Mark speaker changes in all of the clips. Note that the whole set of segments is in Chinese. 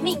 Speaker 1: 命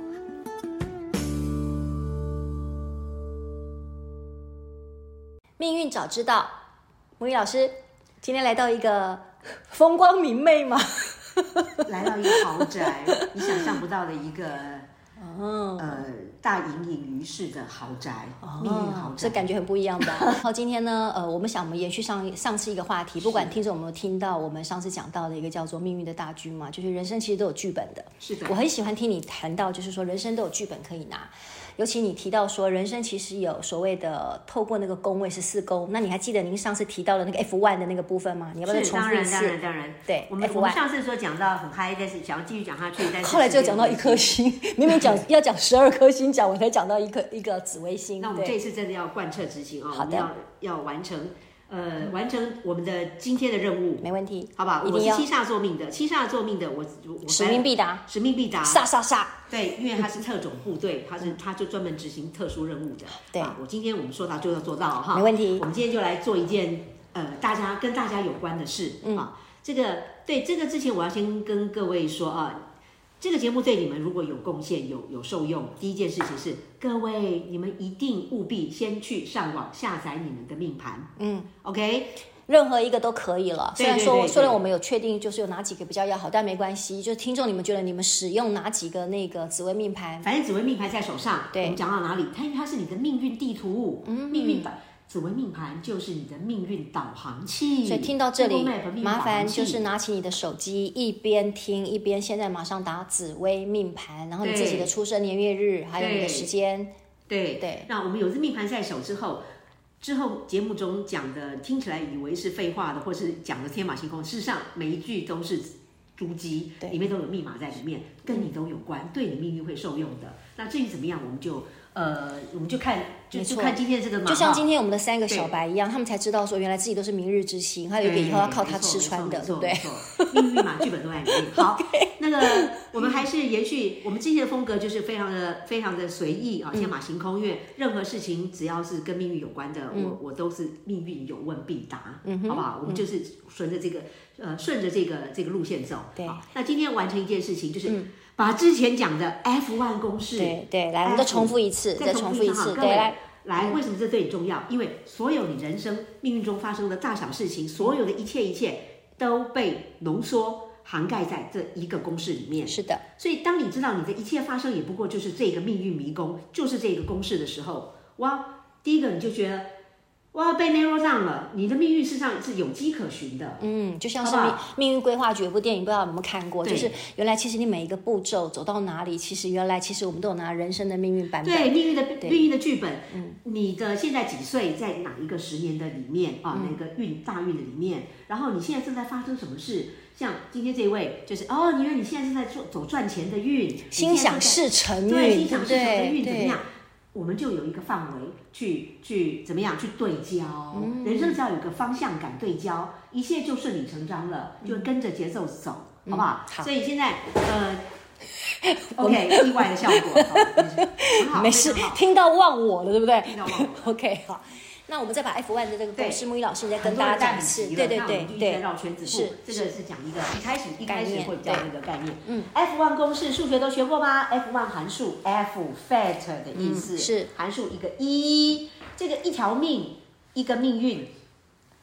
Speaker 2: 命运早知道，母语老师今天来到一个风光明媚嘛，
Speaker 3: 来到一个豪宅，你想象不到的一个
Speaker 2: 哦，
Speaker 3: 呃大隐隐于市的豪宅，命运豪
Speaker 2: 这
Speaker 3: 宅。
Speaker 2: 感觉很不一样 吧？好，今天呢，呃，我们想我们延续上上次一个话题，不管听众有没有听到，我们上次讲到的一个叫做命运的大军嘛，就是人生其实都有剧本的。
Speaker 3: 是的
Speaker 2: 我，很喜欢听你谈到，就是说人生都有剧本可以拿，尤其你提到说人生其实有所谓的透过那个宫位是四宫，那你还记得您上次提到的那个 F one 的那个部分吗？你要不要再
Speaker 3: 是
Speaker 2: 重
Speaker 3: 当
Speaker 2: 复一
Speaker 3: 然当
Speaker 2: 次哎
Speaker 3: 然？当然。
Speaker 2: 对
Speaker 3: 我们
Speaker 2: F1
Speaker 3: 我们上次说讲到很嗨，但是想要继续讲 下去，但是
Speaker 2: 后来就
Speaker 3: 时间
Speaker 2: 讲到
Speaker 3: 有
Speaker 2: 一
Speaker 3: 限
Speaker 2: 颗星，明明讲要讲十二颗星，讲我才讲到一颗一个紫微星。
Speaker 3: 那我们
Speaker 2: 对
Speaker 3: 这一次真的要贯彻执行啊、
Speaker 2: 好
Speaker 3: 我
Speaker 2: 的
Speaker 3: 们要要完成，呃，完成我们的今天的任务，
Speaker 2: 没问题，
Speaker 3: 好吧？
Speaker 2: 一
Speaker 3: 我
Speaker 2: 定
Speaker 3: 是
Speaker 2: 要
Speaker 3: 七煞座命的，七煞座命的，我我我
Speaker 2: 使命必达，
Speaker 3: 使命必达，
Speaker 2: 煞煞煞。
Speaker 3: 对，因为他是特种部 队，他是他就专门执行特殊任务的。
Speaker 2: 对
Speaker 3: 啊，我今天我们说到就要做到哈，
Speaker 2: 没问题
Speaker 3: 我们今天就来做一件呃，大家跟大家有关的事、
Speaker 2: 嗯
Speaker 3: 啊。这个对这个之前，我要先跟各位说啊，这个节目对你们如果有贡献、有有受用，第一件事情是各位你们一定务必先去上网下载你们的命盘。嗯，OK，
Speaker 2: 任何一个都可以了。
Speaker 3: 对
Speaker 2: 虽然
Speaker 3: 对
Speaker 2: 说，
Speaker 3: 对对
Speaker 2: 虽然我们有确定就是有哪几个比较要好，但没关系。就是听众你们觉得你们使用哪几个那个紫微命盘？
Speaker 3: 反正紫微命盘在手上，
Speaker 2: 对嗯
Speaker 3: 我们讲到哪里？它它是你的命运地图，命运版。紫微命盘就是你的命运导航器，
Speaker 2: 所以听到这里
Speaker 3: Google Map 命运，
Speaker 2: 麻
Speaker 3: 导航
Speaker 2: 烦
Speaker 3: 器
Speaker 2: 就是拿起你的手机，一边听一边现在马上打紫微命盘，然后你自己
Speaker 3: 对
Speaker 2: 的出生年月日，还有你
Speaker 3: 对
Speaker 2: 的时间。
Speaker 3: 对
Speaker 2: 对。
Speaker 3: 那我们有这命盘在手之后，之后节目中讲的听起来以为是废话的，或是讲的天马行空，事实上每一句都是珠玑，
Speaker 2: 对
Speaker 3: 里面都有密码在里面，跟你都有关，对你命运会受用的。那至于怎么样，我们就呃，我们就看就
Speaker 2: 没
Speaker 3: 就
Speaker 2: 错
Speaker 3: 看今天这个嘛，
Speaker 2: 就像
Speaker 3: 哈
Speaker 2: 今天我们的三个
Speaker 3: 对
Speaker 2: 小白一样，他们才知道说原来自己都是明日之星，还有一个
Speaker 3: 对，
Speaker 2: 以后要靠它吃穿的，
Speaker 3: 没
Speaker 2: 对
Speaker 3: 错
Speaker 2: 不对？？
Speaker 3: 没错没错命运嘛，剧本都在里面。 好，那个我们还是延续我们之前的风格，就是非常的非常的随意
Speaker 2: 嗯
Speaker 3: 啊，天马行空。因为任何事情只要是跟命运有关的，
Speaker 2: 嗯
Speaker 3: 我我都是命运有问必答，好不好？我们就是顺着这个呃顺着这个这个路线走。
Speaker 2: 对嗯
Speaker 3: 好，那今天完成一件事情，就是把之前讲的 F one 公式，
Speaker 2: 对对，来，我们再重复一次，
Speaker 3: 再
Speaker 2: 再
Speaker 3: 重
Speaker 2: 重
Speaker 3: 复
Speaker 2: 复
Speaker 3: 一
Speaker 2: 一
Speaker 3: 次
Speaker 2: 次，
Speaker 3: 哈
Speaker 2: 对，
Speaker 3: 各位
Speaker 2: 来，
Speaker 3: 来，为什么这对你重要？因为所有你人生命运中发生的大小事情，所有的一切一切都被浓缩涵盖在这一个公式里面。
Speaker 2: 是的，
Speaker 3: 所以，当你知道你的一切发生也不过就是这个命运迷宫，就是这个公式的时候，哇，第一个你就觉得哇被 narrow down 了，你的命运事实上是有迹可循的。
Speaker 2: 嗯，就像是
Speaker 3: 好不
Speaker 2: 命
Speaker 3: 好
Speaker 2: 命运规划局有部电影，不知道你有没有看过？
Speaker 3: 对
Speaker 2: 就是原来其实你每一个步骤走到哪里，其实原来其实我们都有拿人生的命运版本。
Speaker 3: 对嗯命运的命运的剧本，你的现在几岁，在哪一个十年的里面啊，哪个运大运的里面，然后你现在正在发生什么事？像今天这位就是哦，因为你现在正在做走赚钱的运，
Speaker 2: 心想事
Speaker 3: 事
Speaker 2: 成
Speaker 3: 对
Speaker 2: 运，对不
Speaker 3: 心想事成的
Speaker 2: 对？
Speaker 3: 运怎么
Speaker 2: 对
Speaker 3: 样？我们就有一个范围去去怎么样去对焦，
Speaker 2: 嗯
Speaker 3: 人生只要有个方向感对焦，一切就顺理成章了，就跟着节奏走，好不好？
Speaker 2: 嗯好
Speaker 3: 所以现在 呃，OK，意外的效果，好很好，
Speaker 2: 没事
Speaker 3: 非常好，
Speaker 2: 听到忘我了，对不对
Speaker 3: 听到忘我了
Speaker 2: ？OK，好，那我们再把 F one 的这个
Speaker 3: 对
Speaker 2: 公式，木鱼老师再跟
Speaker 3: 很多
Speaker 2: 大
Speaker 3: 人
Speaker 2: 家
Speaker 3: 在
Speaker 2: 讲一次。
Speaker 3: 急
Speaker 2: 对
Speaker 3: 了
Speaker 2: 对
Speaker 3: 那我
Speaker 2: 对
Speaker 3: 们就一直在
Speaker 2: 对，
Speaker 3: 绕圈子
Speaker 2: 是
Speaker 3: 步。这个是讲一个一开始一开始
Speaker 2: 概念
Speaker 3: 会比较
Speaker 2: 对
Speaker 3: 那个概念。
Speaker 2: 嗯
Speaker 3: ，F one 公式数学都学过吗？F one 函数，F fat 的意思、
Speaker 2: 嗯是
Speaker 3: 函数一个一，这个一条命一个命运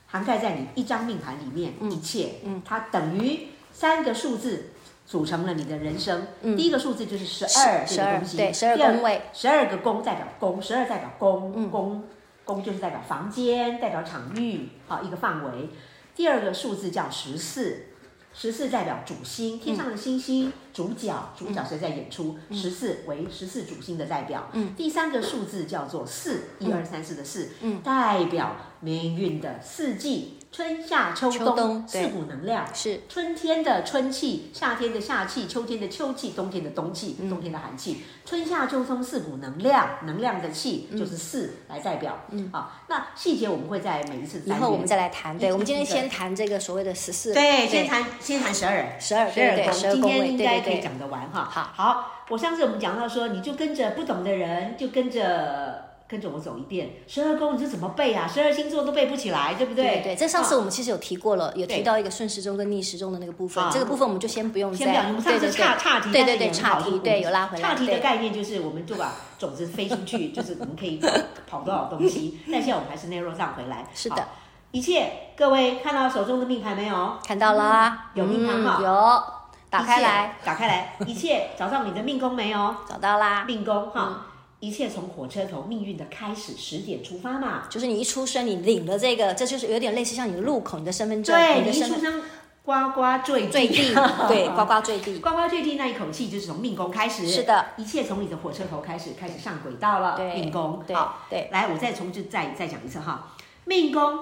Speaker 3: 涵盖在你一张命盘里面、一切，嗯，它等于三个数字。组成了你的人生，
Speaker 2: 嗯
Speaker 3: 第一个数字就是十二
Speaker 2: 是
Speaker 3: 这个东
Speaker 2: 12
Speaker 3: 西，
Speaker 2: 对12
Speaker 3: 第二
Speaker 2: 宫位，
Speaker 3: 十二个宫代表宫，十二代表宫，宫宫就是代表啊房间，代表场域，好一个范围。第二个数字叫十四，十四代表主星，天上的星星，主角，主角谁在演出？十四为十四主星的代表。嗯，第三个数字叫做四，一二三四的四，嗯，代表命运的四季，春夏秋
Speaker 2: 秋冬
Speaker 3: 冬，
Speaker 2: 对
Speaker 3: 四股能量。
Speaker 2: 是
Speaker 3: 春天的春气，夏天的夏气，秋天的秋气，冬天的冬气，
Speaker 2: 嗯
Speaker 3: 冬天的寒气，春夏秋冬四股能量，能量的气就是四来代表。嗯，好，那细节我们会在每一次
Speaker 2: 以
Speaker 3: 单
Speaker 2: 后我
Speaker 3: 元
Speaker 2: 们再来谈。对，
Speaker 3: 一
Speaker 2: 我们今天
Speaker 3: 一个
Speaker 2: 先谈这个所谓的十四，
Speaker 3: 对，先谈先谈十二，
Speaker 2: 十二，
Speaker 3: 十
Speaker 2: 对
Speaker 3: 二
Speaker 2: 对对，
Speaker 3: 宫，
Speaker 2: 十二
Speaker 3: 今
Speaker 2: 宫
Speaker 3: 天
Speaker 2: 位，
Speaker 3: 应
Speaker 2: 对
Speaker 3: 该
Speaker 2: 对
Speaker 3: 可以
Speaker 2: 对，
Speaker 3: 讲得完哈。
Speaker 2: 好
Speaker 3: 好，我上次我们讲到说，你就跟着不懂的人，就跟着跟着我走一遍，十二宫你是怎么背啊？十二星座都背不起来，对不对？
Speaker 2: 对，这上次
Speaker 3: 啊
Speaker 2: 我们其实有提过了，有提到一个顺时钟跟逆时钟的那个部分
Speaker 3: 啊，
Speaker 2: 这个部分我们就先不用再
Speaker 3: 先不讲，我们上
Speaker 2: 对
Speaker 3: 次
Speaker 2: 对
Speaker 3: 岔
Speaker 2: 对，
Speaker 3: 岔
Speaker 2: 对
Speaker 3: 题，但
Speaker 2: 对
Speaker 3: 是也很
Speaker 2: 岔
Speaker 3: 好
Speaker 2: 题
Speaker 3: 我们
Speaker 2: 对有拉回来
Speaker 3: 岔题的
Speaker 2: 对
Speaker 3: 概念就是，我们就把种子飞出去，就是我们可以跑多少 东西。但现在我们还是 narrow 上回来。
Speaker 2: 是的
Speaker 3: 好，一切各位看到手中的命盘没有？
Speaker 2: 看到啦，
Speaker 3: 有命盘吗
Speaker 2: 嗯有，打开来，
Speaker 3: 一切，打开来， 一切找到你的命宫没有？
Speaker 2: 找到啦，
Speaker 3: 命宫
Speaker 2: 嗯
Speaker 3: 哈，一切从火车头命运的开始十点出发嘛。
Speaker 2: 就是你一出生你领了这个，这就是有点类似像你的路口、你的身份证、
Speaker 3: 对，
Speaker 2: 你
Speaker 3: 你
Speaker 2: 的
Speaker 3: 一
Speaker 2: 身
Speaker 3: 出
Speaker 2: 份
Speaker 3: 生呱呱坠地
Speaker 2: 坠 地，对，呱呱坠地，
Speaker 3: 呱呱坠地那一口气就是从命宫开始，
Speaker 2: 是的，
Speaker 3: 一切从你的火车头开始，开始上轨道了。
Speaker 2: 对
Speaker 3: 命宫，
Speaker 2: 对
Speaker 3: 好
Speaker 2: 对，
Speaker 3: 来，我再重新再再讲一次哈，命宫，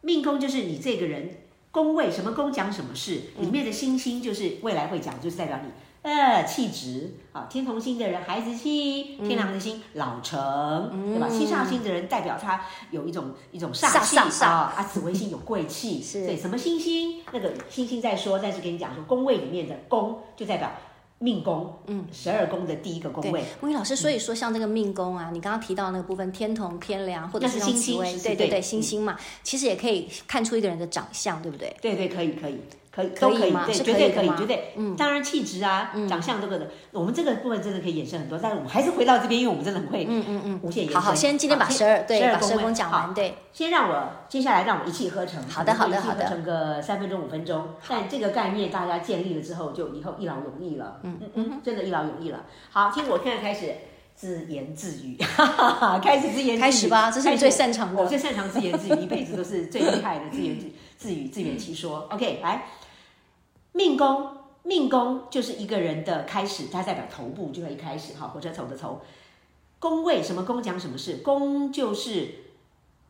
Speaker 3: 命宫就是你这个人宫位，什么宫讲什么事，
Speaker 2: 嗯
Speaker 3: 里面的星星就是未来会讲，就是代表你。呃，气质啊，天同星的人孩子气，
Speaker 2: 嗯
Speaker 3: 天狼的星老成，对吧？七煞星的人代表他有一种一种煞气
Speaker 2: 煞煞
Speaker 3: 啊，啊，紫微星有贵 气，
Speaker 2: 是
Speaker 3: 对什么星星那个星星在说，但是跟你讲说宫位里面的宫就代表命宫，嗯，十二宫的第一个宫位
Speaker 2: 对，，吴宇
Speaker 3: 嗯
Speaker 2: 老师，所以说像这个命宫啊，你刚刚提到那个部分，天同、天梁，或者
Speaker 3: 那
Speaker 2: 是
Speaker 3: 是
Speaker 2: 像
Speaker 3: 星
Speaker 2: 紫
Speaker 3: 星
Speaker 2: 微，
Speaker 3: 是是
Speaker 2: 对对
Speaker 3: 对
Speaker 2: 对，
Speaker 3: 嗯
Speaker 2: 星星嘛，其实也可以看出一个人的长相，对不对？
Speaker 3: 对对，可以可以。可以，
Speaker 2: 可
Speaker 3: 都
Speaker 2: 以
Speaker 3: 可以，
Speaker 2: 吗
Speaker 3: 对，
Speaker 2: 是
Speaker 3: 绝
Speaker 2: 可以
Speaker 3: 对
Speaker 2: 的
Speaker 3: 可以
Speaker 2: 吗，
Speaker 3: 绝对。嗯，当然气质啊，
Speaker 2: 嗯
Speaker 3: 长相都可以的。我们这个部分真的可以延伸很多，但是我们还是回到这边，因为我们真的很会，嗯嗯嗯，无限延伸。
Speaker 2: 好好，先今天把
Speaker 3: 好
Speaker 2: 十二对
Speaker 3: 12
Speaker 2: 把十二
Speaker 3: 位
Speaker 2: 宫讲
Speaker 3: 好
Speaker 2: 完，对，
Speaker 3: 先让我接下来让我一气呵成，
Speaker 2: 好的
Speaker 3: 可能就
Speaker 2: 好的
Speaker 3: 一气呵成个三分钟五分钟，但这个概念大家建立了之后，就以后一劳永逸了，嗯嗯嗯，真的一劳永逸了。好，听我现在开始自言自语， 哈哈哈，开始自言自语，
Speaker 2: 开始吧，这是
Speaker 3: 开
Speaker 2: 你
Speaker 3: 始
Speaker 2: 最擅长
Speaker 3: 我
Speaker 2: 的。
Speaker 3: 最擅长自言自语，一辈子都是最厉害的自言自自语自圆其说。OK，来，命宫，命宫就是一个人的开始，它代表头部，就会一开始哈，火车头的头。宫位什么宫讲什么事，宫就是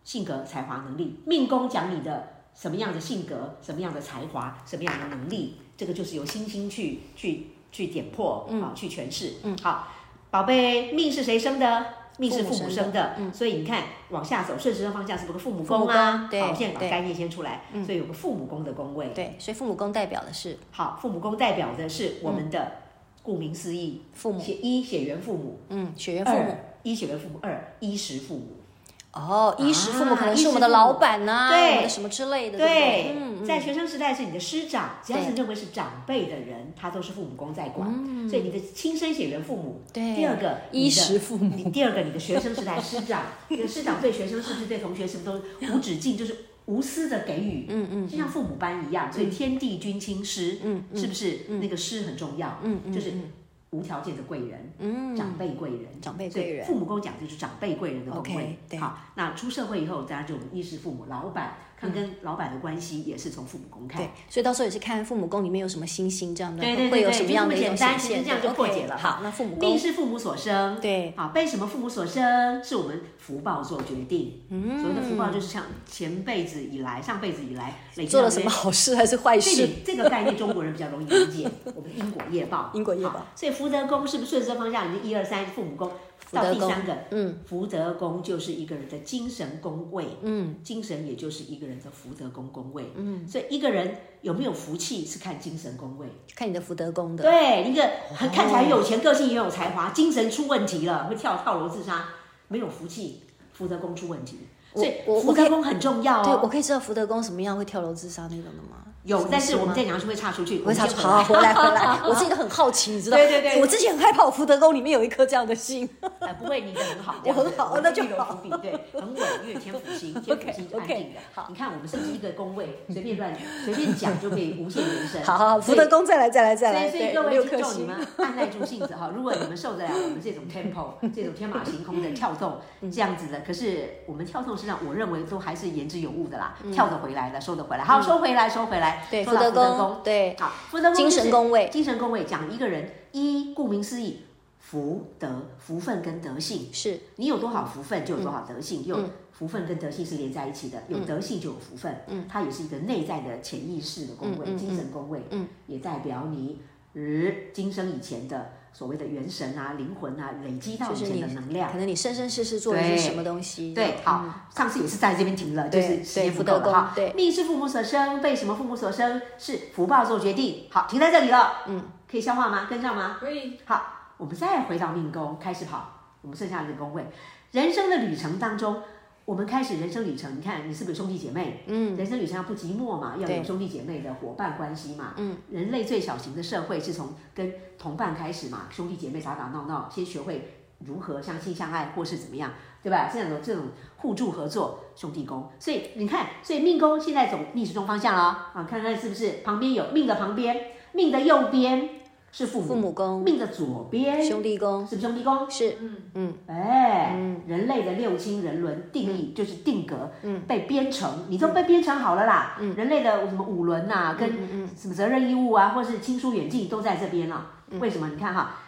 Speaker 3: 性格、才华、能力，命宫讲你的什么样的性格、什么样的才华、什么样的能力，这个就是由星星去去去点破，啊，去诠释，嗯，好，宝贝，命是谁生的？命是父
Speaker 2: 父母
Speaker 3: 母
Speaker 2: 生嗯
Speaker 3: 生的，所以你看往下走，顺时针方向是不是个父母
Speaker 2: 父母
Speaker 3: 宫啊？
Speaker 2: 宫对
Speaker 3: 好，我现在把
Speaker 2: 对嗯
Speaker 3: 概念先出来，所以有个父母宫的宫位。
Speaker 2: 对，所以父母宫代表的是
Speaker 3: 好，父母宫代表的是我们的，顾名思义，
Speaker 2: 父母，
Speaker 3: 血一血缘父母，
Speaker 2: 嗯，血缘父母。
Speaker 3: 二一血缘父母，二衣食父母。
Speaker 2: 哦，衣食父母
Speaker 3: 啊
Speaker 2: 可能
Speaker 3: 衣
Speaker 2: 是
Speaker 3: 食
Speaker 2: 我们的
Speaker 3: 父母
Speaker 2: 老板呐，
Speaker 3: 对
Speaker 2: 我们的什么之类的，对不对？
Speaker 3: 对
Speaker 2: 嗯，
Speaker 3: 在学生时代是你的师长，只要是认为是长辈的人，他都是父母宫在管，所以你的亲生血缘父母。
Speaker 2: 对
Speaker 3: 第二个，
Speaker 2: 衣食父母
Speaker 3: 你的。你第二个，你的学生时代师 长，你的师长对学生是不是对同学是不是都无止境，就是无私的给予？嗯嗯，就像父母班一样，所以天地君亲师，嗯，是不是那个师很重要？嗯嗯，就是无条件的贵人，嗯，长辈贵人，
Speaker 2: 长辈贵人
Speaker 3: 所以父母跟我讲就是长辈贵人的宫
Speaker 2: OK，
Speaker 3: 位。
Speaker 2: 对
Speaker 3: 好，那出社会以后，当然就我们衣食父母、老板，看跟老板的关系也是从父母宫
Speaker 2: 嗯
Speaker 3: 看
Speaker 2: 对。，所以到时候也是看父母宫里面有什么星星这样的，
Speaker 3: 对对对
Speaker 2: 会有
Speaker 3: 对
Speaker 2: 什么
Speaker 3: 就
Speaker 2: 样
Speaker 3: 这
Speaker 2: 的
Speaker 3: 么
Speaker 2: 一种
Speaker 3: 简单
Speaker 2: 显现，
Speaker 3: 其实这样就
Speaker 2: 对
Speaker 3: 破
Speaker 2: OK，
Speaker 3: 解了
Speaker 2: 好，那父母
Speaker 3: 命
Speaker 2: 宫
Speaker 3: 是父母所生，
Speaker 2: 对
Speaker 3: 啊，被什么父母所生，是我们福报做决定。嗯，所谓的福报就是像前辈子以来、上辈子以来累积
Speaker 2: 做了
Speaker 3: 到
Speaker 2: 什
Speaker 3: 这
Speaker 2: 么好事还是坏
Speaker 3: 这
Speaker 2: 事？
Speaker 3: 里这个概念中国人比较容易理解，我们因果业报，
Speaker 2: 因果业报
Speaker 3: 好。所以福德宫是不是顺着方向？你就一二三，父母宫
Speaker 2: 德
Speaker 3: 到第
Speaker 2: 宫
Speaker 3: 三个，
Speaker 2: 嗯，
Speaker 3: 福德宫就是一个人的精神宫位，嗯，精神也就是一个人的福德宫宫位，嗯，所以一个人有没有福气是看精神宫位。
Speaker 2: 看你的福德宫的，
Speaker 3: 对，一个很看起来有钱、个性也有才华，精神出问题了，会跳跳楼自杀，没有福气，福德宫出问题。所以
Speaker 2: 我我
Speaker 3: 福
Speaker 2: 可以
Speaker 3: 德宫很重要
Speaker 2: 对
Speaker 3: 哦。
Speaker 2: 我可以知道福德宫什么样会跳楼自杀那种的吗？什
Speaker 3: 有，
Speaker 2: 么
Speaker 3: 但
Speaker 2: 事
Speaker 3: 是我们
Speaker 2: 吗
Speaker 3: 再讲下去会岔出去，我
Speaker 2: 我
Speaker 3: 们
Speaker 2: 想
Speaker 3: 先
Speaker 2: 好回来回来， 我自己都很好奇，你知道？
Speaker 3: 对对对
Speaker 2: 我之前很害怕，我福德宫里面有一颗这样的星。
Speaker 3: 哎，不会，你的很好，
Speaker 2: 我很好
Speaker 3: 这样子
Speaker 2: 那就
Speaker 3: 我们有
Speaker 2: 好
Speaker 3: 伏笔，对，很稳，因为天府 星，天府星就安
Speaker 2: OK，OK，
Speaker 3: 定的。
Speaker 2: 好
Speaker 3: 你看我们是不是一个宫位，随便乱随便讲就可以无限延伸。
Speaker 2: 好好，好福
Speaker 3: 所以
Speaker 2: 德宫再来再来再
Speaker 3: 所
Speaker 2: 来，
Speaker 3: 以，所以
Speaker 2: 对
Speaker 3: 各，
Speaker 2: 六
Speaker 3: 位
Speaker 2: 颗
Speaker 3: 听众，你
Speaker 2: 星
Speaker 3: 们。按耐住性子哈，如果你们受得了我们这种 tempo、这种天马行空的跳动，
Speaker 2: 嗯
Speaker 3: 这样子的，可是我们跳动实际上我认为都还是言之有物的啦，跳得回来的，收得回来。好，收回来，收回
Speaker 2: 嗯
Speaker 3: 来。
Speaker 2: 对，
Speaker 3: 做
Speaker 2: 福
Speaker 3: 到
Speaker 2: 德
Speaker 3: 福德
Speaker 2: 宫，对，
Speaker 3: 好，福德宫
Speaker 2: 精
Speaker 3: 就是
Speaker 2: 神宫位
Speaker 3: 精神宫位讲一个人，一顾名思义，福德福分跟德性，
Speaker 2: 是
Speaker 3: 你有多少福分
Speaker 2: 嗯
Speaker 3: 就有多少德性，有福分跟德性是连在一起的，有德性就有福分，嗯，它也是一个内在的潜意识的宫位，
Speaker 2: 嗯嗯嗯
Speaker 3: 精神宫位，嗯，也代表你日今生以前的所谓的元神啊、灵魂啊，累积到以前的能量。
Speaker 2: 可能你生生世世做的是什么东西？
Speaker 3: 对，好，上次也是在这边停了，就
Speaker 2: 对
Speaker 3: 是时
Speaker 2: 对
Speaker 3: 间
Speaker 2: 福
Speaker 3: 不
Speaker 2: 德
Speaker 3: 够了哈
Speaker 2: 宫。对
Speaker 3: 命是父母所生，被什么父母所生，是福报做决定。好，停在这里了。嗯，可以消化吗？跟上吗？
Speaker 4: 所以
Speaker 3: 好，我们再回到命宫，开始跑。我们剩下的宫位，人生的旅程当中，我们开始人生旅程。你看，你是不是有兄弟姐妹？嗯，人生旅程要不寂寞嘛，要
Speaker 2: 对
Speaker 3: 有兄弟姐妹的伙伴关系嘛。嗯，人类最小型的社会是从跟同伴开始嘛，兄弟姐妹打打闹闹，先学会如何相亲相爱，或是怎么样，对吧？这种这种互助合作，兄弟宫。所以你看，所以命宫现在走逆时钟方向了啊，看看是不是旁边有命的旁边，命的右边是父母
Speaker 2: 父母宫、
Speaker 3: 命的左边是
Speaker 2: 兄弟宫
Speaker 3: 不是兄弟宫？
Speaker 2: 是
Speaker 4: 嗯，
Speaker 3: 哎，人类的六亲人伦定义就是定格，被编程，你都被编程好了啦。人类的什么五伦呐、跟什么责任义务啊，或是亲疏远近都在这边了、为什么？你看哈，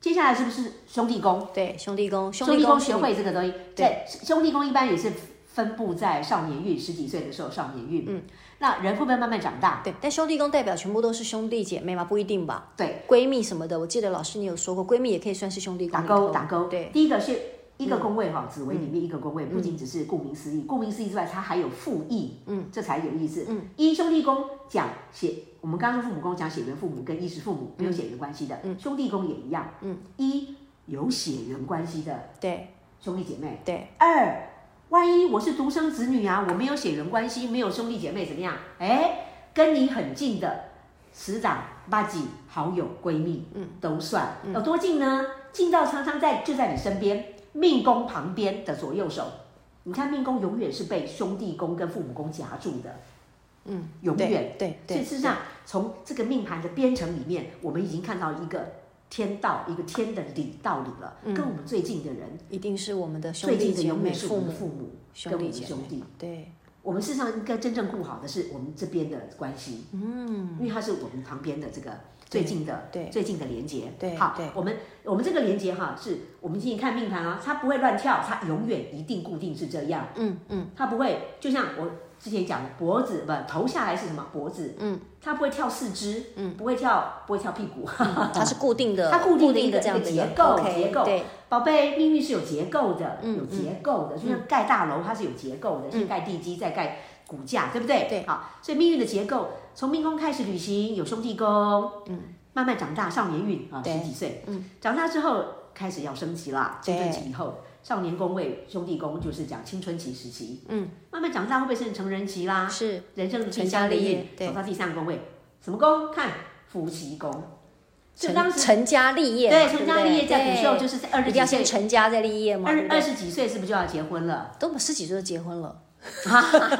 Speaker 3: 接下来是不是兄弟宫？
Speaker 2: 对，兄弟宫，
Speaker 3: 哦兄弟宫
Speaker 2: 是
Speaker 3: 学会这个东西，对，兄弟宫一般也是分布在少年运，十几岁的时候少年运。嗯，那人会不会慢慢长大？
Speaker 2: 对，但兄弟宫代表全部都是兄弟姐妹吗？不一定吧。
Speaker 3: 对，
Speaker 2: 闺蜜什么的，我记得老师你有说过，闺蜜也可以算是兄弟宫
Speaker 3: 打
Speaker 2: 里头。
Speaker 3: 勾打勾。
Speaker 2: 对，
Speaker 3: 第一个是一个宫位哈，紫薇里面一个宫位，不仅只是顾名思义，顾名思义之外，它还有复义，嗯，这才有意思。嗯，一兄弟宫讲血，我们刚刚说父母宫讲血缘父母跟衣食父母没有血缘关系的，兄弟宫也一样，嗯，一有血缘关系的
Speaker 2: 对
Speaker 3: 兄弟姐妹，
Speaker 2: 对，
Speaker 3: 二万一我是独生子女啊，我没有血缘关系，没有兄弟姐妹，怎么样？哎，跟你很近的师长、八几好友、闺蜜，嗯，都算。有多近呢？近到常常在就在你身边，命宫旁边的左右手。你看命宫永远是被兄弟宫跟父母宫夹住的，嗯，永远。
Speaker 2: 对
Speaker 3: 所以
Speaker 2: 对
Speaker 3: 事实上，从这个命盘的编程里面，我们已经看到一个天道，一个天的理道理了，跟我们最近的人。
Speaker 2: 一定是我们的兄
Speaker 3: 最
Speaker 2: 弟
Speaker 3: 近的
Speaker 2: 姐
Speaker 3: 永
Speaker 2: 妹、
Speaker 3: 远是
Speaker 2: 父
Speaker 3: 我们
Speaker 2: 母
Speaker 3: 的、父母
Speaker 2: 兄
Speaker 3: 跟我
Speaker 2: 弟
Speaker 3: 们
Speaker 2: 姐
Speaker 3: 兄
Speaker 2: 妹
Speaker 3: 弟
Speaker 2: 嘛。。对，
Speaker 3: 我们事实上应该真正顾好的是我们这边的关系，嗯，因为它是我们旁边的这个最近的
Speaker 2: 对
Speaker 3: 最近的连接，
Speaker 2: 对
Speaker 3: 好
Speaker 2: 对，
Speaker 3: 我们我们这个连接哈，是我们今天看命盘啊，它不会乱跳，它永远一定固定是这样，
Speaker 2: 嗯嗯，
Speaker 3: 它不会就像我之前讲的脖子不头下来是什么脖子，嗯，它不会跳四肢，嗯，不会跳不会跳屁股，哈哈哈
Speaker 2: 它是固定的，
Speaker 3: 嗯它固定的一个
Speaker 2: 这样的
Speaker 3: 一个
Speaker 2: 人
Speaker 3: 结构
Speaker 2: OK，
Speaker 3: 结构
Speaker 2: 对
Speaker 3: 宝贝，命运是有结构的，
Speaker 2: 嗯
Speaker 3: 有结构的，就像盖大楼，它是有结构的，先盖地基，再盖骨架，对不对？
Speaker 2: 对
Speaker 3: 好，所以命运的结构，从命宫开始旅行，有兄弟宫，嗯，慢慢长大，少年运啊，
Speaker 2: 对
Speaker 3: 十几岁，嗯，长大之后开始要升级啦，
Speaker 2: 对
Speaker 3: 青春期以后，少年宫位兄弟宫就是讲青春期时期，嗯，慢慢长大会不会是成人期啦？
Speaker 2: 是
Speaker 3: 人生
Speaker 2: 成
Speaker 3: 成
Speaker 2: 家
Speaker 3: 家
Speaker 2: 立
Speaker 3: 立
Speaker 2: 业
Speaker 3: 业，
Speaker 2: 对
Speaker 3: 走到第三个宫位，什么宫？看夫妻宫，所以当
Speaker 2: 成
Speaker 3: 时
Speaker 2: 成家立业嘛，
Speaker 3: 对
Speaker 2: 不
Speaker 3: 成家立业，在古时候
Speaker 2: 对
Speaker 3: 就是在二十
Speaker 2: 一定要
Speaker 3: 几
Speaker 2: 先
Speaker 3: 岁。
Speaker 2: 成家再立业嘛，对
Speaker 3: 二
Speaker 2: 不对
Speaker 3: 二十几岁是不是就要结婚了？
Speaker 2: 都十几岁就结婚 了，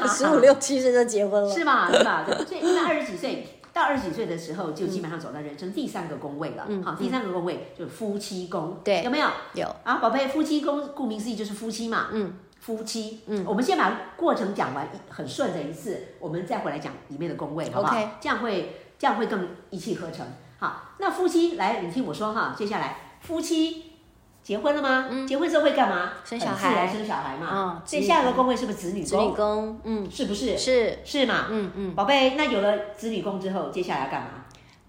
Speaker 2: 十五六七岁就结婚了，
Speaker 3: 是吧？是吧？对所以一般二十几岁到二十几岁的时候，就基本上走到人生第三个宫位了。好，第三个宫位就是夫妻宫，
Speaker 2: 嗯对
Speaker 3: 有没有？
Speaker 2: 有
Speaker 3: 啊，宝贝，夫妻宫顾名思义就是夫妻嘛。嗯。夫妻，嗯，我们先把过程讲完，一很顺的一次，我们再回来讲里面的宫位，好不好
Speaker 2: OK
Speaker 3: 这样会这样会更一气呵成。好，那夫妻来，你听我说哈，接下来夫妻结婚了吗？结婚之后会干嘛？
Speaker 2: 嗯生小
Speaker 3: 很自然
Speaker 2: 孩
Speaker 3: 生小孩嘛
Speaker 2: 嗯。
Speaker 3: 所以下一个宫位是不是子女
Speaker 2: 子女
Speaker 3: 宫？
Speaker 2: 宫，嗯，
Speaker 3: 是不是？啊
Speaker 2: 是，
Speaker 3: 是嘛？
Speaker 2: 嗯嗯，
Speaker 3: 宝贝，那有了子女宫之后，接下来要干嘛？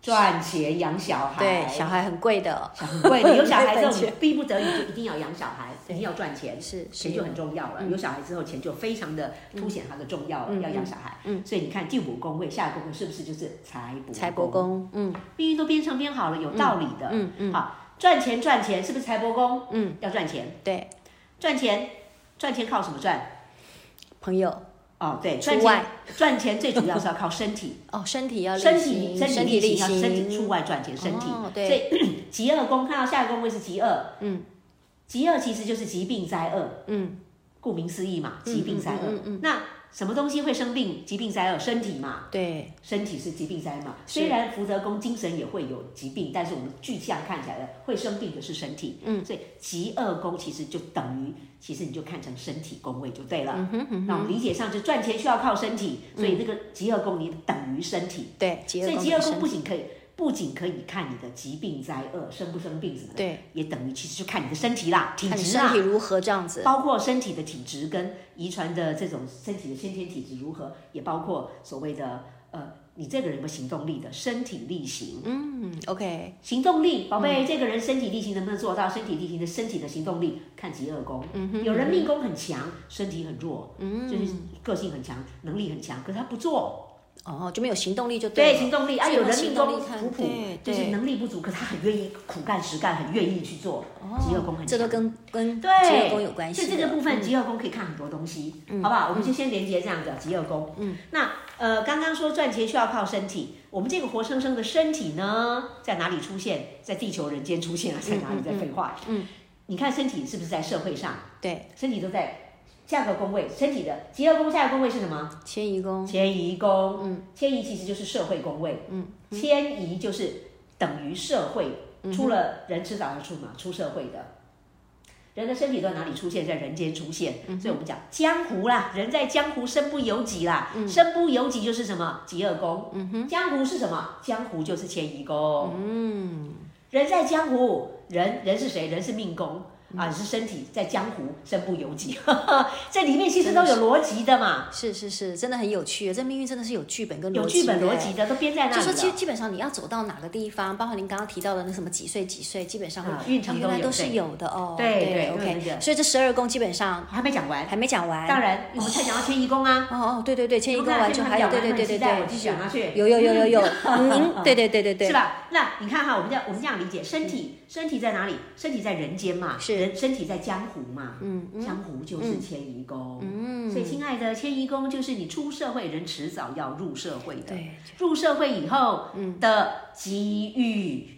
Speaker 3: 赚钱养小孩。
Speaker 2: 对，小孩很贵的，
Speaker 3: 很贵，你有小孩之
Speaker 2: 赚
Speaker 3: 后，你
Speaker 2: 钱
Speaker 3: 逼不得已就一定要养小 孩，一定要赚钱，
Speaker 2: 是嗯是
Speaker 3: 钱就很重要了。有小孩之后，钱就非常的凸显它的重要了，要养小孩。嗯，所以你看第五宫位，下一个宫位是不是就是财帛？
Speaker 2: 财帛，宫，嗯，
Speaker 3: 命运都编程编好了，有道理的。
Speaker 2: 嗯嗯
Speaker 3: 好，赚钱赚钱是不是财帛宫？
Speaker 2: 嗯，
Speaker 3: 要赚钱，
Speaker 2: 对，
Speaker 3: 赚钱，赚钱靠什么赚？
Speaker 2: 朋友
Speaker 3: 哦，对，
Speaker 2: 出
Speaker 3: 赚
Speaker 2: 外
Speaker 3: 钱赚钱最主要是要靠身体。
Speaker 2: 哦，身体要力
Speaker 3: 身
Speaker 2: 行
Speaker 3: 体身体
Speaker 2: 体
Speaker 3: 力
Speaker 2: 力
Speaker 3: 行，
Speaker 2: 行，
Speaker 3: 要身体出外赚钱，身体。
Speaker 2: 哦对
Speaker 3: 所以极恶宫看到下一个宫位是极恶，嗯，嗯极恶其实就是疾病灾厄，嗯，顾名思义嘛，疾病灾厄。那什么东西会生病？疾病灾厄，身体嘛，
Speaker 2: 对，
Speaker 3: 身体是疾病灾嘛。
Speaker 2: 是
Speaker 3: 虽然福德宫精神也会有疾病，但是我们具象看起来的会生病的是身体。嗯，所以疾厄宫其实就等于，其实你就看成身体宫位就对了。嗯哼那我们理解上就赚钱需要靠身体，所以那个疾厄宫你等于身体，
Speaker 2: 对，吉
Speaker 3: 所以
Speaker 2: 厄
Speaker 3: 疾厄宫
Speaker 2: 宫
Speaker 3: 不
Speaker 2: 本
Speaker 3: 仅可以。不仅可以看你的疾病灾厄、生不生病什么的，
Speaker 2: 对，
Speaker 3: 也等于其实就看你的身体啦、体
Speaker 2: 身看你
Speaker 3: 质啊
Speaker 2: 身
Speaker 3: 啦
Speaker 2: 体，如何这样子，
Speaker 3: 包括身体的体质跟遗传的这种身体的先天体质如何，也包括所谓的呃，你这个人有没有行动力的身体力行，
Speaker 2: 嗯，OK，嗯
Speaker 3: 行动力，宝贝，这个人身体力行能不能做到？身体力行的身体的行动力看极恶宫，
Speaker 2: 嗯
Speaker 3: 有人命宫很强，身体很弱，就是个性很强，能力很强，可是他不做，
Speaker 2: 哦，就没有行动力就
Speaker 3: 对
Speaker 2: 了。
Speaker 3: 行动力啊，
Speaker 2: 所以
Speaker 3: 有
Speaker 2: 用
Speaker 3: 人
Speaker 2: 行
Speaker 3: 命
Speaker 2: 动
Speaker 3: 宫
Speaker 2: 力看
Speaker 3: 普普
Speaker 2: 对，
Speaker 3: 就
Speaker 2: 对
Speaker 3: 是能力不足，可是他很愿意苦干实干，很愿意去做，极恶宫
Speaker 2: 哦
Speaker 3: 很强，
Speaker 2: 这都跟跟吉
Speaker 3: 对，
Speaker 2: 厄宫有关系的。嗯
Speaker 3: 所以这个部分极恶宫可以看很多东西，好不好？我们就先连接这样子，极恶宫。嗯，那呃，刚刚说赚钱需要靠身体，我们这个活生生的身体呢，在哪里出现？在地球人间出现啊，在哪里？在废话。嗯，你看身体是不是在社会上？
Speaker 2: 对
Speaker 3: 身体都在下个宫位，身体的极恶宫下个宫位是什么？
Speaker 2: 迁移宫，
Speaker 3: 迁移宫，嗯，迁移其实就是社会宫位，嗯，嗯迁移就是等于社会，出了人迟早要出嘛，出社会的。人的身体在哪里出现，在人间出现，所以我们讲江湖啦，人在江湖身不由己啦，身不由己就是什么？极恶宫，江湖是什么？江湖就是迁移宫，嗯人在江湖，人人是谁？人是命宫啊，是身体在江湖，身不由己， 这里面其实都有逻辑的嘛，
Speaker 2: 是是是，真的很有趣。这命运真的是有剧本跟
Speaker 3: 有剧本
Speaker 2: 的哎
Speaker 3: 逻辑的都编在那里
Speaker 2: 就
Speaker 3: 了。
Speaker 2: 说基基本上你要走到哪个地方，包括您刚刚提到的那什么几岁几岁，基本上会、
Speaker 3: 啊运程
Speaker 2: 哦
Speaker 3: 都
Speaker 2: 原来
Speaker 3: 有
Speaker 2: 都是
Speaker 3: 对
Speaker 2: 有的哦。
Speaker 3: 对对
Speaker 2: 对
Speaker 3: 都有那
Speaker 2: OK，
Speaker 3: 个
Speaker 2: 所以这十二宫基本上
Speaker 3: 还没讲完，
Speaker 2: 还没讲完。
Speaker 3: 当然我们才讲到迁移宫 啊，
Speaker 2: 哦哦，对对对，迁移宫完就还有
Speaker 3: 我
Speaker 2: 对
Speaker 3: 看
Speaker 2: 对对对
Speaker 3: 你们讲完
Speaker 2: 对
Speaker 3: 我，继续讲下去嗯
Speaker 2: 有有有有 有，您对对对对对，
Speaker 3: 是吧？那你看哈，我们这样我们这样理解，身体身体在哪里？身体在人间嘛，
Speaker 2: 是
Speaker 3: 人身体在江湖嘛，嗯，江湖就是迁移宫，嗯，所以亲爱的，迁移宫就是你出社会，人迟早要入社会的，
Speaker 2: 对，
Speaker 3: 入社会以后的机遇，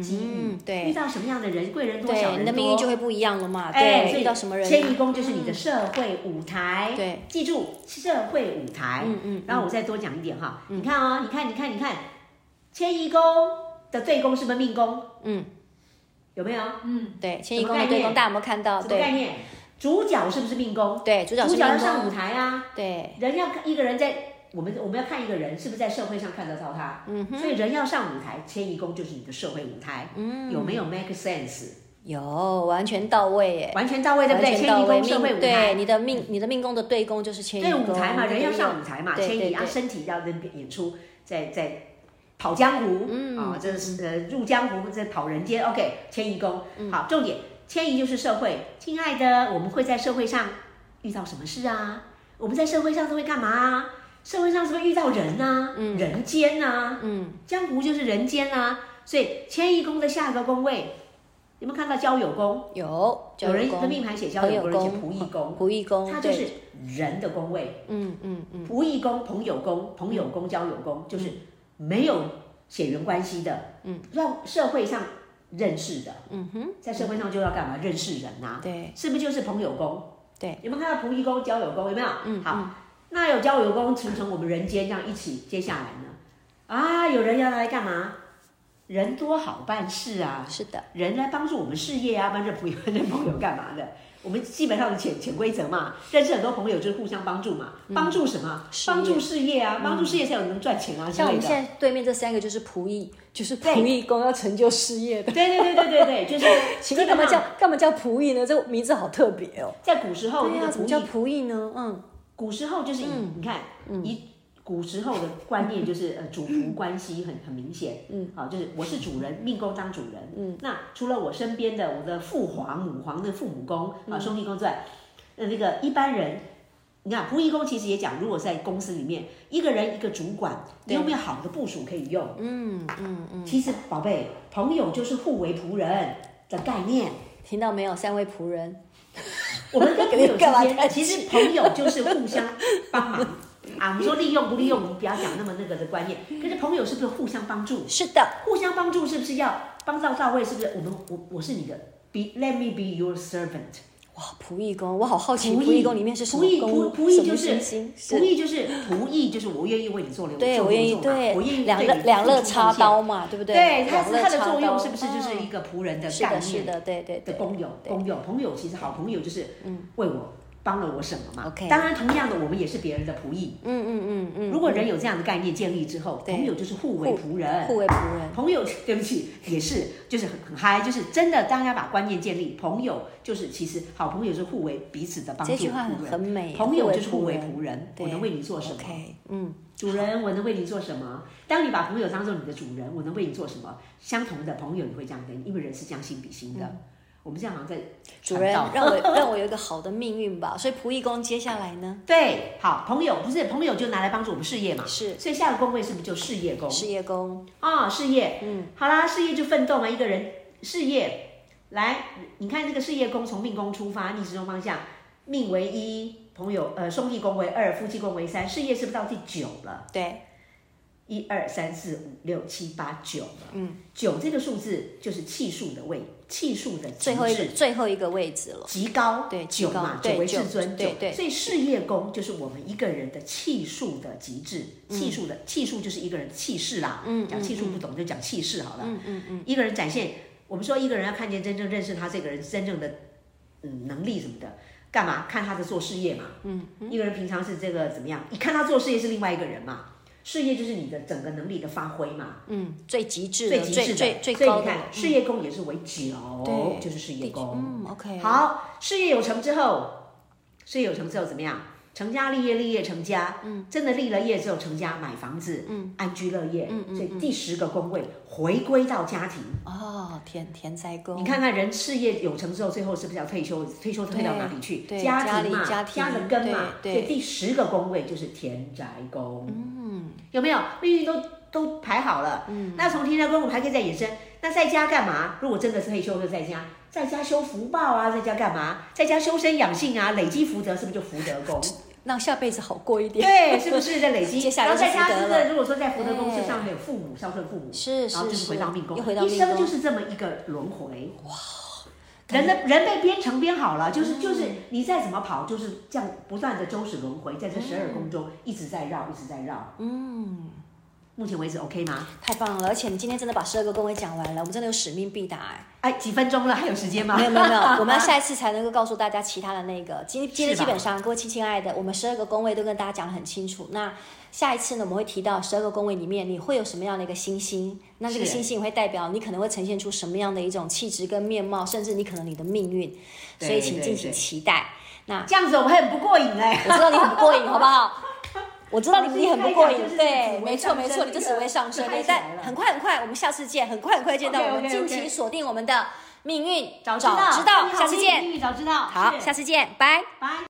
Speaker 3: 机遇
Speaker 2: 嗯，对
Speaker 3: 遇到什么样的人，贵人多小人
Speaker 2: 对，
Speaker 3: 多，
Speaker 2: 你的命运就会不一样了嘛。
Speaker 3: 哎，
Speaker 2: 对，遇到什么人，啊嗯
Speaker 3: 迁移宫就是你的社会舞台。
Speaker 2: 对，
Speaker 3: 记住社会舞台。嗯嗯。然后我再多讲一点哈，
Speaker 2: 嗯
Speaker 3: 你看哦，你看，你看，你看，迁移宫的对宫是不是命宫？
Speaker 2: 嗯，
Speaker 3: 有没有？
Speaker 4: 嗯，
Speaker 2: 对，迁移宫
Speaker 3: 什
Speaker 2: 的
Speaker 3: 么概
Speaker 2: 对
Speaker 3: 念
Speaker 2: 宫，大家有没有看到？
Speaker 3: 什么概
Speaker 2: 对
Speaker 3: 念？主角是不是命宫？
Speaker 2: 对，主角是
Speaker 3: 主角要
Speaker 2: 命
Speaker 3: 上舞
Speaker 2: 宫，
Speaker 3: 台啊，
Speaker 2: 对，
Speaker 3: 人要看一个人在。我们我们要看一个人是不是在社会上看得到他，嗯、所以人要上舞台，迁移宫就是你的社会舞台，嗯、有没有 make sense？
Speaker 2: 有完全到位耶。
Speaker 3: 完全到位，对不对？
Speaker 2: 完全
Speaker 3: 迁
Speaker 2: 到
Speaker 3: 移
Speaker 2: 位，
Speaker 3: 宫社会舞台
Speaker 2: 对，你的命，你的命宫的对宫就是迁移
Speaker 3: 对
Speaker 2: 宫，
Speaker 3: 舞台嘛，
Speaker 2: 对
Speaker 3: 人要上舞台嘛，
Speaker 2: 对对
Speaker 3: 迁移
Speaker 2: 对
Speaker 3: 啊，身体要跟演出，在在跑江湖，
Speaker 2: 嗯
Speaker 3: 啊，这是呃入江湖，在跑人间，OK，迁移宫，
Speaker 2: 嗯
Speaker 3: 好，重点，迁移就是社会，亲爱的，我们会在社会上遇到什么事啊？我们在社会上都会干嘛啊？社会上是不是遇到人啊？人间啊？
Speaker 2: 嗯，
Speaker 3: 江湖就是人间啊，所以迁移宫的下一个宫位，有没有看到交友宫？
Speaker 2: 有
Speaker 3: 有人的命
Speaker 2: 命
Speaker 3: 盘写交
Speaker 2: 朋
Speaker 3: 友
Speaker 2: 友
Speaker 3: 宫，有人写
Speaker 2: 宫、
Speaker 3: 仆役宫，
Speaker 2: 仆役宫，
Speaker 3: 它就
Speaker 2: 对
Speaker 3: 是人的宫位。
Speaker 2: 嗯嗯嗯，
Speaker 3: 仆役宫、朋友宫、朋友宫、交友宫，就是没有血缘关系的，嗯，让社会上认识的，嗯哼，在社会上就要干嘛？认识人呐、
Speaker 2: 对，
Speaker 3: 是不是就是朋友宫？
Speaker 2: 对，
Speaker 3: 有没有看到仆役宫、交友宫？有没有？嗯，好，那有交友宫形成我们人间这样一起，接下来呢？啊，有人要来干嘛？人多好办事啊，
Speaker 2: 是的，
Speaker 3: 人来帮助我们事业啊，帮助朋友、 帮助朋友干嘛的？我们基本上的潜潜规则嘛，认识很多朋友就是互相帮助嘛，帮助什么？
Speaker 2: 事业
Speaker 3: 帮助事业啊，帮助事业才有能赚钱啊之
Speaker 2: 像我
Speaker 3: 类
Speaker 2: 们现
Speaker 3: 的。
Speaker 2: 在对面这三个就是仆役，就是
Speaker 3: 对
Speaker 2: 仆役宫要成就事 业的。
Speaker 3: 对对对对对对，就是
Speaker 2: 奇
Speaker 3: 基
Speaker 2: 怪，
Speaker 3: 本
Speaker 2: 干嘛
Speaker 3: 上
Speaker 2: 叫干嘛叫仆役呢？这名字好特别哦。
Speaker 3: 在古时候
Speaker 2: 对
Speaker 3: 那
Speaker 2: 呀、
Speaker 3: 个
Speaker 2: 怎么
Speaker 3: 仆
Speaker 2: 叫
Speaker 3: 役，
Speaker 2: 仆役呢？嗯，
Speaker 3: 古时候就是以你看以古时候的观念就是呃主仆关系很很明显，嗯，好就是我是主人，命宫当主人，嗯，那除了我身边的我的父皇、母皇的父母宫啊兄弟宫之外，呃那个一般人。你看，仆役宫其实也讲，如果在公司里面，一个人一个主管，你有没有好的部署可以用？嗯嗯嗯。其实，宝贝，朋友就是互为仆人的概念。
Speaker 2: 听到没有？三位仆人，
Speaker 3: 我们跟朋友之
Speaker 2: 干嘛
Speaker 3: 间，
Speaker 2: 叹
Speaker 3: 哎其
Speaker 2: 气
Speaker 3: 实朋友就是互相帮忙啊。我们说利用不利用，我们不要讲那么那个的观念。可是朋友是不是互相帮助？
Speaker 2: 是的，
Speaker 3: 互相帮助是不是要帮到到位？是不是我们我我是你的，be let me be your servant，
Speaker 2: 哇，仆役宫，我好好奇
Speaker 3: 仆役
Speaker 2: 仆役宫里面是什么
Speaker 3: 仆役
Speaker 2: 宫？
Speaker 3: 仆仆役
Speaker 2: 什么
Speaker 3: 就是
Speaker 2: 行星
Speaker 3: 仆役就是仆役就是我愿意为你做流，
Speaker 2: 对
Speaker 3: 做
Speaker 2: 我愿意
Speaker 3: 工作嘛
Speaker 2: 对
Speaker 3: 我愿意
Speaker 2: 两
Speaker 3: 对
Speaker 2: 肋
Speaker 3: 你
Speaker 2: 两
Speaker 3: 付
Speaker 2: 肋
Speaker 3: 出
Speaker 2: 插
Speaker 3: 贡献
Speaker 2: 刀嘛，对不对？
Speaker 3: 对，它
Speaker 2: 两
Speaker 3: 是
Speaker 2: 肋
Speaker 3: 它的
Speaker 2: 插
Speaker 3: 作用
Speaker 2: 刀
Speaker 3: 是不是就是一
Speaker 2: 嗯
Speaker 3: 个仆人的
Speaker 2: 是
Speaker 3: 概
Speaker 2: 的，是
Speaker 3: 念
Speaker 2: 的，对对
Speaker 3: 的
Speaker 2: 对，
Speaker 3: 工友？
Speaker 2: 对嗯
Speaker 3: 工友，朋友其实好朋友就是为我帮了我什么嘛。
Speaker 2: OK
Speaker 3: 当然，同样的，我们也是别人的仆役。
Speaker 2: 嗯嗯嗯嗯，
Speaker 3: 如果人有这样的概念建立之后，
Speaker 2: 对
Speaker 3: 朋友就是互为仆人。
Speaker 2: 互为仆人，
Speaker 3: 朋友， 对不起，也是，就是很很嗨，就是真的，大家把观念建立，朋友就是其实好朋友是互为彼此的帮助
Speaker 2: 这
Speaker 3: 仆
Speaker 2: 句话很
Speaker 3: 人，
Speaker 2: 很美，
Speaker 3: 朋友就是互为
Speaker 2: 人
Speaker 3: 仆人，
Speaker 2: 对
Speaker 3: 我能为你做什么？
Speaker 2: OK，嗯，
Speaker 3: 主人，我能为你做什么？当你把朋友当做你的主人，我能为你做什么？相同的朋友，你会这样跟，因为人是将心比心的。我们这样好像在
Speaker 2: 嗯主人
Speaker 3: 传道
Speaker 2: 让我让我有一个好的命运吧。所以仆役宫接下来呢
Speaker 3: 对，好朋友不是朋友就拿来帮助我们事业嘛？
Speaker 2: 是嗯
Speaker 3: 所以下个宫位是不是就事业宫？
Speaker 2: 事业宫，
Speaker 3: 啊、事业，嗯，好啦，事业就奋斗嘛，一个人事业，来，你看这个事业宫从命宫出发，逆时钟方向，命为一，朋友呃兄弟宫为二，夫妻宫为三，事业是不是到第九
Speaker 2: 嗯
Speaker 3: 了？
Speaker 2: 对，
Speaker 3: 一二三四五六七八九嗯，九这个数字就是气数的位，气数的极
Speaker 2: 最后一个
Speaker 3: 致
Speaker 2: 最后一个位置了，
Speaker 3: 极高，
Speaker 2: 对极
Speaker 3: 九嘛，
Speaker 2: 高对
Speaker 3: 为
Speaker 2: 九
Speaker 3: 至尊，
Speaker 2: 对
Speaker 3: 九
Speaker 2: 对
Speaker 3: 所以事业宫就是我们一个人的气数的极致，
Speaker 2: 嗯
Speaker 3: 气数的气数就是一个人的气势啦，嗯，讲气数不懂就讲气势好了，嗯嗯嗯，一个人展现，我们说一个人要看见真正认识他这个人真正的嗯能力什么的。干嘛看他的做事业嘛？嗯，一个人平常是这个怎么样？一看他做事业是另外一个人嘛。事业就是你的整个能力的发挥嘛。
Speaker 2: 嗯，最极致
Speaker 3: 最
Speaker 2: 的
Speaker 3: 极致
Speaker 2: 最
Speaker 3: 的，
Speaker 2: 最最
Speaker 3: 所以
Speaker 2: 高
Speaker 3: 你
Speaker 2: 的嗯
Speaker 3: 看，事业宫也是为九，
Speaker 2: 对
Speaker 3: 就是事业
Speaker 2: 地
Speaker 3: 宫。
Speaker 2: 嗯，OK，，
Speaker 3: 好，事业有成之后，事业有成之后怎么样？成家立业，立业成家，嗯，真的立了业之后成家，买房子，嗯，安居乐业，嗯所以第十个宫位回归到家庭。
Speaker 2: 哦，田田宅宫，
Speaker 3: 你看看人事业有成之后，最后是不是要退休？退休退到哪里去？
Speaker 2: 对对
Speaker 3: 家庭嘛，
Speaker 2: 家里家庭
Speaker 3: 的根嘛。
Speaker 2: 对对
Speaker 3: 所以第十个宫位就是田宅宫。嗯，有没有命运都都排好了？嗯，那从田宅宫我们还可以再延伸。那在家干嘛？如果真的是退休就在家，在家修福报啊，在家干嘛？在家修身养性啊，累积福德，是不是就福德 宫？
Speaker 2: 让下辈子好过一点，
Speaker 3: 对，是不 是在累积？
Speaker 2: 接下来
Speaker 3: 然后在
Speaker 2: 就是
Speaker 3: 家
Speaker 2: 福德
Speaker 3: 真
Speaker 2: 了
Speaker 3: 的，如果说在福德宫
Speaker 2: 哎
Speaker 3: 就上面有父母孝顺父母，
Speaker 2: 是
Speaker 3: 然后
Speaker 2: 是，
Speaker 3: 就是回到命宫，
Speaker 2: 又回到
Speaker 3: 一
Speaker 2: 命
Speaker 3: 生
Speaker 2: 宫，
Speaker 3: 就是这么一个轮回。哇，人的人被编程编好了，就是就是你再怎么跑，就是这样不断的周始轮回，在这十二宫中一直在绕，一直在绕。嗯，目前为止 OK 吗？
Speaker 2: 太棒了！而且你今天真的把十二个宫位讲完了，我们真的有使命必达哎。
Speaker 3: 哎，几分钟了，还有时间吗？
Speaker 2: 没有没有没 有，我们要下一次才能够告诉大家其他的那个。今今天
Speaker 3: 是吧
Speaker 2: 基本上，各位亲亲爱的，我们十二个宫位都跟大家讲得很清楚。那下一次呢，我们会提到十二个宫位里面你会有什么样的一个星星，那这个
Speaker 3: 是
Speaker 2: 星星会代表你可能会呈现出什么样的一种气质跟面貌，甚至你可能你的命运。所以
Speaker 3: 对
Speaker 2: 请
Speaker 3: 对
Speaker 2: 敬请
Speaker 3: 对
Speaker 2: 期待。那
Speaker 3: 这样子我们很不过瘾哎。
Speaker 2: 我知道你很不过瘾，好不 好？我知道
Speaker 3: 我
Speaker 2: 你
Speaker 3: 是
Speaker 2: 你很不过瘾
Speaker 3: 一开始就，是
Speaker 2: 对，
Speaker 3: 紫
Speaker 2: 没
Speaker 3: 薇
Speaker 2: 错
Speaker 3: 上
Speaker 2: 没错，
Speaker 3: 升
Speaker 2: 你就
Speaker 3: 那
Speaker 2: 紫
Speaker 3: 个
Speaker 2: 薇上升
Speaker 3: 就开，起来
Speaker 2: 但
Speaker 3: 了
Speaker 2: 很快很快，我们下次见，很快很快见到，
Speaker 3: OK，OK，OK
Speaker 2: 我们敬请锁定我们的命运
Speaker 3: 早知道，
Speaker 2: 知道
Speaker 3: 你，好
Speaker 2: 下次
Speaker 3: 命
Speaker 2: 见，
Speaker 3: 运早知道。
Speaker 2: 好，
Speaker 3: 是
Speaker 2: 下次见，拜。
Speaker 3: 拜。